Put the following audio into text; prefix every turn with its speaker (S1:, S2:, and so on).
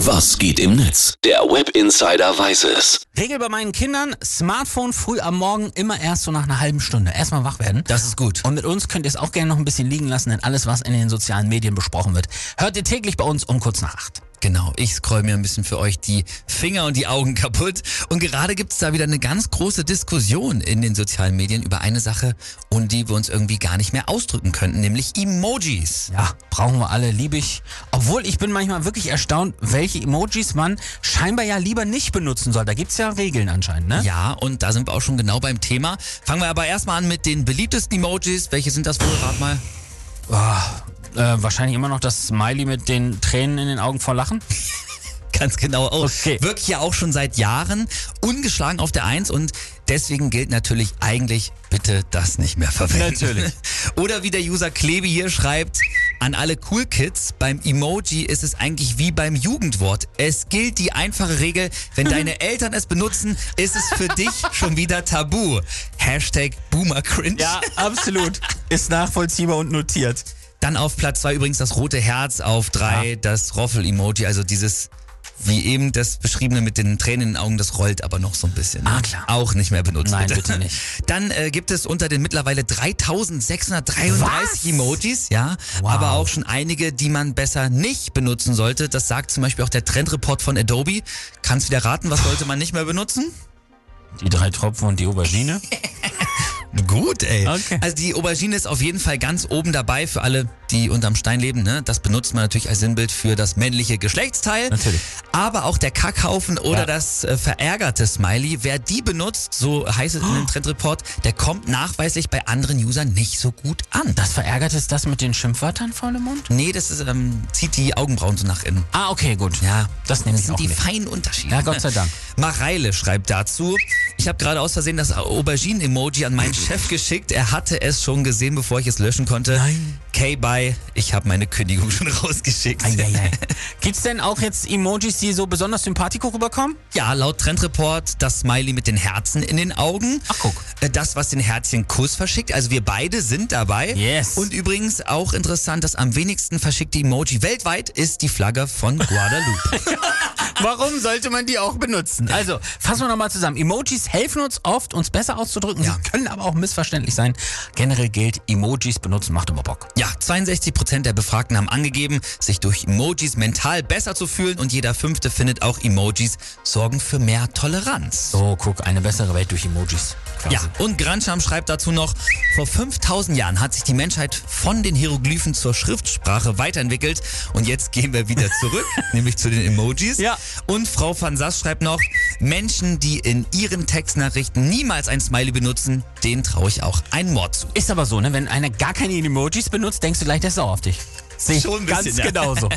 S1: Was geht im Netz? Der Web Insider weiß es.
S2: Regel bei meinen Kindern, Smartphone früh am Morgen immer erst so nach einer halben Stunde. Erstmal wach werden. Das ist gut. Und mit uns könnt ihr es auch gerne noch ein bisschen liegen lassen, denn alles, was in den sozialen Medien besprochen wird, hört ihr täglich bei uns um kurz nach acht.
S3: Genau, ich scroll mir ein bisschen für euch die Finger und die Augen kaputt. Und gerade gibt's da wieder eine ganz große Diskussion in den sozialen Medien über eine Sache, und die wir uns irgendwie gar nicht mehr ausdrücken könnten, nämlich Emojis.
S2: Ja, brauchen wir ne? alle, liebe ich. Obwohl ich bin manchmal wirklich erstaunt, welche Emojis man scheinbar ja lieber nicht benutzen soll. Da gibt's ja Regeln anscheinend, ne?
S3: Ja, und da sind wir auch schon genau beim Thema. Fangen wir aber erstmal an mit den beliebtesten Emojis. Welche sind das wohl? Rat mal.
S2: Äh, wahrscheinlich immer noch das Smiley mit den Tränen in den Augen vor Lachen.
S3: Ganz genau. Oh,
S2: Okay.
S3: Wirklich ja auch schon seit Jahren ungeschlagen auf der Eins und deswegen gilt natürlich eigentlich bitte das nicht mehr verwenden.
S2: Natürlich.
S3: Oder wie der User Klebe hier schreibt, an alle Cool Kids, beim Emoji ist es eigentlich wie beim Jugendwort. Es gilt die einfache Regel, wenn deine Eltern es benutzen, ist es für dich schon wieder tabu. Hashtag Boomer Cringe.
S2: absolut. Ist nachvollziehbar und notiert.
S3: Dann auf Platz zwei übrigens das rote Herz, auf drei das Roffel-Emoji, also dieses, wie eben das beschriebene mit den Tränen in den Augen, das rollt aber noch so ein bisschen. Ne?
S2: Ah, klar.
S3: Auch nicht mehr benutzt.
S2: Nein, bitte nicht.
S3: Dann äh, gibt es unter den mittlerweile 3633
S2: Was?
S3: Emojis, ja,
S2: Wow.
S3: aber auch schon einige, die man besser nicht benutzen sollte. Das sagt zum Beispiel auch der Trendreport von Adobe. Kannst wieder raten, was sollte man nicht mehr benutzen?
S2: Die drei Tropfen und die Aubergine.
S3: Gut, ey.
S2: Okay.
S3: Also die Aubergine ist auf jeden Fall ganz oben dabei für alle, die unterm Stein leben. Ne? Das benutzt man natürlich als Sinnbild für das männliche Geschlechtsteil.
S2: Natürlich.
S3: Aber auch der Kackhaufen oder
S2: Ja.
S3: das äh, verärgerte Smiley, wer die benutzt, so heißt es in dem Trendreport, der kommt nachweislich bei anderen Usern nicht so gut an.
S2: Das verärgert ist das mit den Schimpfwörtern vor dem Mund?
S3: nee, das ist, ähm, zieht die Augenbrauen so nach innen.
S2: Ah, okay, gut.
S3: Ja,
S2: Das nehme ich
S3: sind
S2: auch
S3: die
S2: mit.
S3: feinen Unterschiede.
S2: Ja, Gott sei Dank.
S3: Mareile schreibt dazu, ich habe gerade aus Versehen das Aubergine-Emoji an meinen Chef geschickt. Er hatte es schon gesehen, bevor ich es löschen konnte.
S2: Nein.
S3: K-Bye, ich habe meine Kündigung schon rausgeschickt.
S2: Eieiei. Gibt's denn auch jetzt Emojis, die so besonders sympathico rüberkommen?
S3: Ja, laut Trendreport das Smiley mit den Herzen in den Augen.
S2: Ach, guck.
S3: Äh, Das, was den Herzchen Kuss verschickt. Also wir beide sind dabei.
S2: Yes.
S3: Und übrigens auch interessant, das am wenigsten verschickte Emoji weltweit ist die Flagge von Guadalupe.
S2: Warum sollte man die auch benutzen? Also, fassen wir nochmal zusammen. Emojis helfen uns oft, uns besser auszudrücken.
S3: Ja.
S2: Sie können aber auch missverständlich sein. Generell gilt, Emojis benutzen macht immer Bock.
S3: Ja, 62 Prozent der Befragten haben angegeben, sich durch Emojis mental besser zu fühlen und jeder Fünfte findet auch Emojis sorgen für mehr Toleranz.
S2: So, guck, eine bessere Welt durch Emojis. Quasi.
S3: Ja, und Granscham schreibt dazu noch, vor 5000 Jahren hat sich die Menschheit von den Hieroglyphen zur Schriftsprache weiterentwickelt und jetzt gehen wir wieder zurück, nämlich zu den Emojis.
S2: Ja.
S3: Und Frau van Sass schreibt noch, Menschen, die in ihren Textnachrichten niemals ein Smiley benutzen, denen traue ich auch einen Mord zu.
S2: Ist aber so, ne? Wenn einer gar keine Emojis benutzt, denkst du gleich, der ist sauer auf dich. Sehe ich
S3: Schon ein
S2: ganz
S3: bisschen, ja.
S2: genauso.